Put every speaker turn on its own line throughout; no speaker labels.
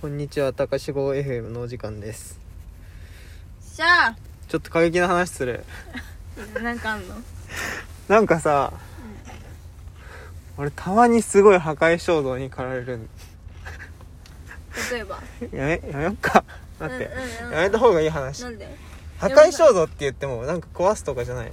こんにちは、高志望 FM のお時間です。
じゃ
ちょっと過激な話する。
あなんかあんの
なんかさ、俺たまにすごい破壊衝動に駆られるん
例えば
やめ、やめよっか。待って。
うんうんうん
やめた方がいい話
な。んで
破壊衝動って言っても、なんか壊すとかじゃない。
うん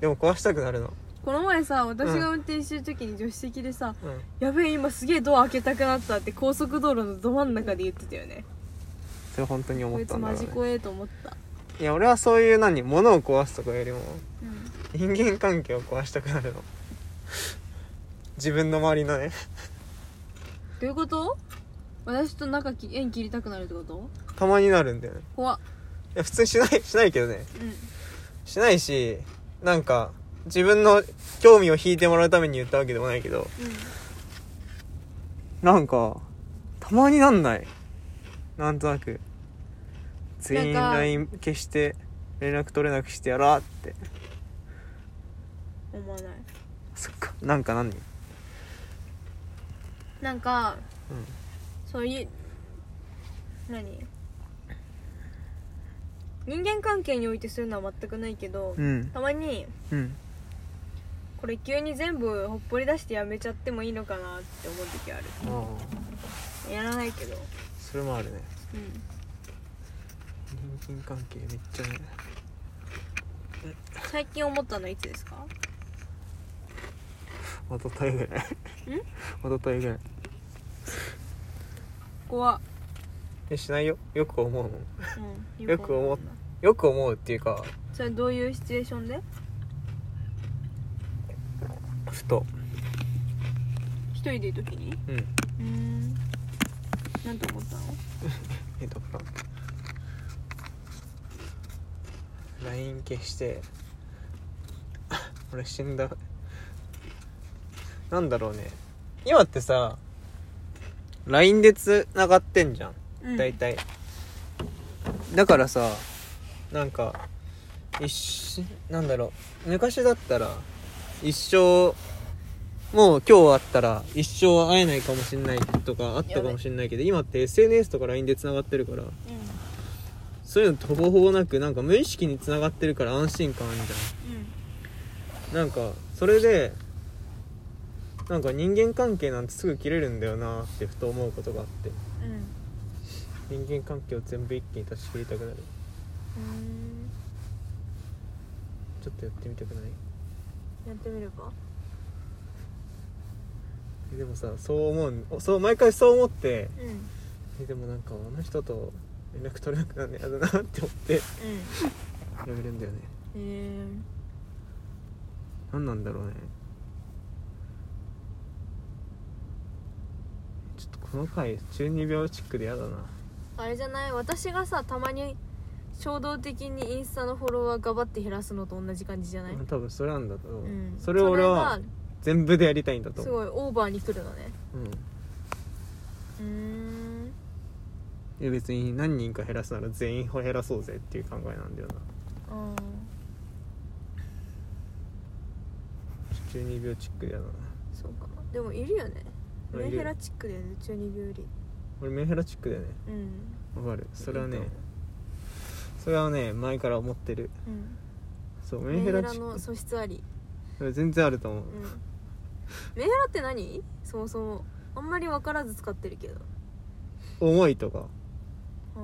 でも壊したくなるの。
この前さ私が運転してる時に助手席でさ
うん。
「やべえ今すげえドア開けたくなった」って高速道路のど真ん中で言ってたよね
それ本当に
こ
思っ
いつ
たんだ
マ
ろう
ジ
ね。
怖えと思った
いや、俺はそういう何、物を壊すとかよりも、
うん
人間関係を壊したくなるの。自分の周りのね。
どういうこと私と仲き縁切りたくなるってこと
たまになるんだよね。
怖っ
いや、普通にしない、しないけどね。
うん
しないしなんか自分の興味を引いてもらうために言ったわけでもないけどなんかたまになんないなんとなく全員
なんか
LINE 消して連絡取れなくしてやらって
うん思わない
そっかなんか何
なんか、
うん
そういう何人間関係においてそういうのは全くないけど、
うん
たまに
うん
これ急に全部ほっぽり出してやめちゃってもいいのかなって思う時ある
ああ
やらないけど
それもあるね
う
人
ん
間関係めっちゃね
最近思ったのいつですか
おとといぐらい おとといぐらい
怖っ
えしないよよく思うもん
うん
よく思っ
うな
よく思うっていうか
それどういうシチュエーションで
ふと
一人でいる時に
うん
うーんなんて思ったの
えだから LINE 消して あ俺死んだなんだろうね今ってさ LINE でつながってんじゃん
うん
大体、だからさなんか一しなんだろう昔だったら一生もう今日会ったら一生会えないかもしんないとかあったかもしんないけど今って SNS とか LINE でつながってるから
う
そういうのほぼほぼなくなんか無意識につながってるから安心感あるじ
んうん
ゃんなんかそれでなんか人間関係なんてすぐ切れるんだよなってふと思うことがあって
うんう
人間関係を全部一気に断ち切りたくなる
ーん
ちょっとやってみたくない
やってみれば
えでもさそう思うんおそう毎回そう思って
うんうん
えでもなんかあの人と連絡取れなくなんねやだなって思ってやめるんだよね
えー、
何なんだろうねちょっとこの回中二病チックでやだな
あれじゃない私がさたまに衝動的にインスタのフォロワーがばって減らすのと同じ感じじゃない、
多分それなんだと思う、
うん、
それを俺は全部でやりたいんだと
それ
思う
がすごいオーバーに来るのね
うん
うーん
いや別に何人か減らすなら全員減らそうぜっていう考えなんだよな
あ
中二病チックだな
ーそうかでもいるよね
あいる
メンヘラチックだよね中二病より
俺メンヘラチックだよね
うん
わかるそれはね
いいと
それはね前から思ってる
うん
そう
メ
メ
ン
ン
ヘ
ヘ
ラ
ラチッ
の素質あり
ク全然あると思う、
うん メンヘラって何そもそもあんまり分からず使ってるけど
思いとか
う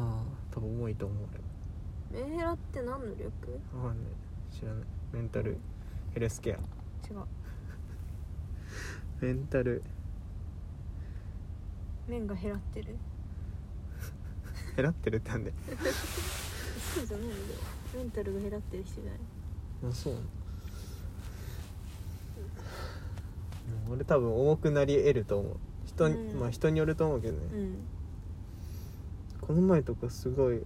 ん
ああ多分重いと思う俺
メンヘラって何の略
わかんない知らないメンタルヘルスケア
違う
メンタル
面が減らってる
減らってるってなんで
そうじゃないよメンタルが減らってる人じゃない
あそうなのうん俺多分重くなり得ると思う人に、
うん
まあ人によると思うけどね、
うん
この前とかすごい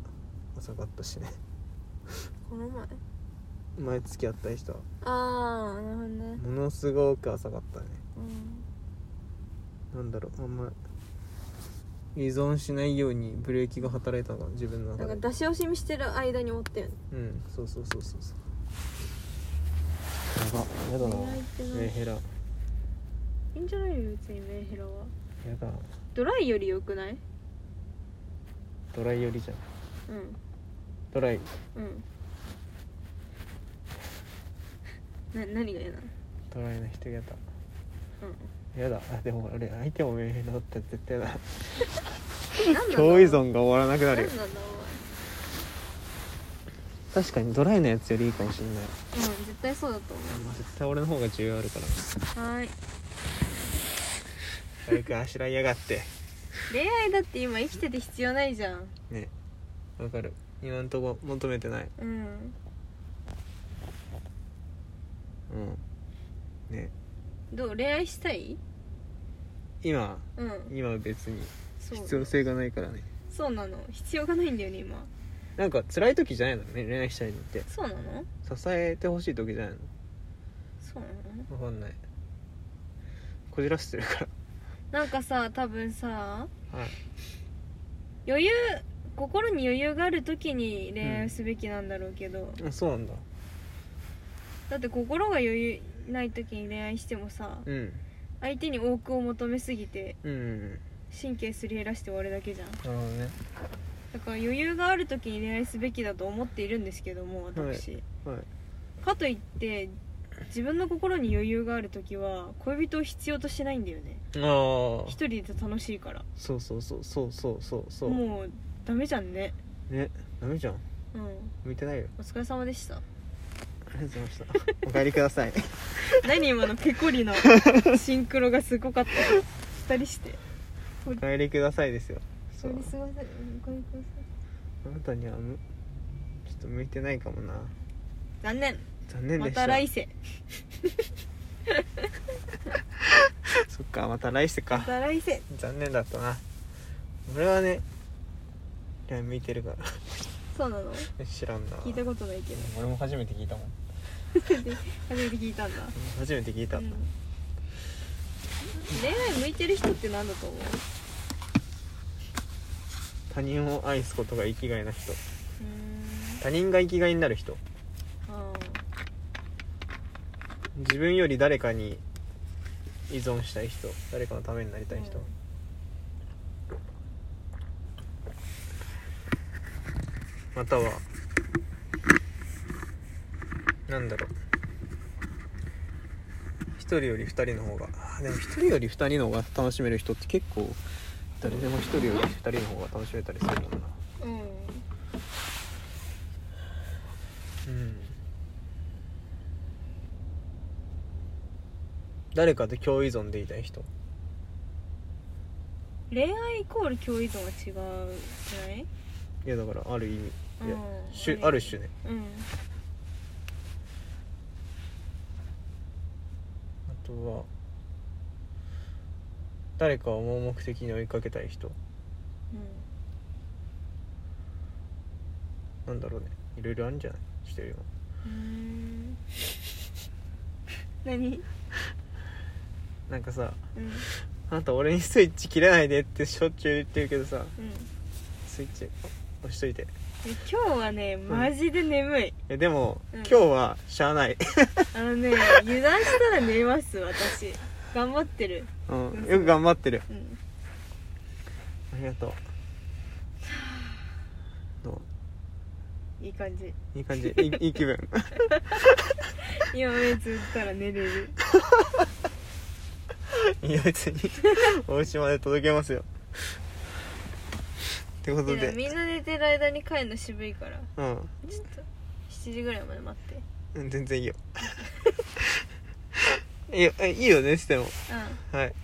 浅かったしね
この前
前付き合った人は
ああなるほどね
ものすごく浅かったね
うん
なんだろうあんま依存しないようにブレーキが働いたのかな自分の
なん
中
か
で
出し惜しみしてる間に思ったよね
うんそうそうそうそうそうやばやだな
恋愛って何
メンヘラ
いいんじゃないよ別にメンヘラは
やだ
ドライより良くない
ドライ寄りじゃん
うん
ドライ
うんな何が嫌なの
ドライな人やだ
う
やだあでも俺相手もメンヘラだったら絶対だ
ん何なの
共依存が終わらなくなるよ
何なんだ
確かにドライなやつよりいいかもしれない
お前うん絶対そうだと思
まあ絶対俺の方が重要あるから
うはーい
軽くあしらいやがって
恋愛だって今生きてて必要ないじゃん
ねわかる今んとこ求めてない
うん
うんね
どう恋愛したい
今
うん
今は別に
そう
必要性がないからね
そうなの必要がないんだよね今
なんか辛い時じゃないのね恋愛したいのって
そうなの
支えてほしい時じゃない
そうなの
のわかんないこじらせてるか
なんかさ多分さ
らはい
余裕心に余裕がある時に恋愛をすべきなんだろうけど、
あそうなんだ
だって心が余裕ない時に恋愛してもさ
うん
相手に多くを求めすぎて
うんうん
神経すり減らして終わるだけじゃんだ
なるほどね
から余裕がある時に恋愛すべきだと思っているんですけども私、
はい
かといって自分の心に余裕がある時は恋人を必要としないんだよね
ああ
一人で楽しいから
そうそうそうそうそうそうそう
もうダメじゃんね
ねダメじゃん
うん
向いてないよ
お疲れ様でした
ありがとうございました お帰りください
何今のペコリのシンクロがすごかった二人して
お帰りくださいですよそう
すごいごめんなさ
あ
い
なたにはむちょっと向いてないかもな
残念
残念で
ま
した
た来世
そっかまた来世
ま
か
た来世
残念だったな俺はねいや向いてるから
そうなの
知らん な
聞いたことないけど
俺も初めて聞いたもん
初めて聞いたんだ、
初めて聞いた、
うん恋愛向いてる人って何だと思う
他人を愛すことが生きがいな人
うーん
他人が生きがいになる人
あ
自分より誰かに依存したい人誰かのためになりたい人、
うん
またはなんだろう一人より二人の方があでも一人より二人の方が楽しめる人って結構誰でも一人より二人の方が楽しめたりするもんな
ーう
う
ん
ん誰かと共依存でいたい人
恋愛イコール共依存は違うじゃない
いやだからある意味いや
うん
種ある種ね
うん
あとは誰かを盲目的に追いかけたい人なんだろうねいろいろあるんじゃないしてるよ
うんうー ん何
なんかさ
うん
あなた俺にスイッチ切れないでってしょっちゅう言ってるけどさ
うん
スイッチ押しといて
え今日はねマジで眠い、
えでも、
う
今
ん
日はしゃあない、
あのね油断したら寝ます私頑張ってる
うん、よく頑張ってる
うん
ありがとうど
いい感じ
ういい感じいいいい気分
今目つぶったら寝れる
いや 別にお家まで届けますよってこと
でも
で
みんな寝てる間に帰るの渋いから
うん
ちょっと7時ぐらいまで待って
うん全然いいよいいよえいいよねしても
う
はい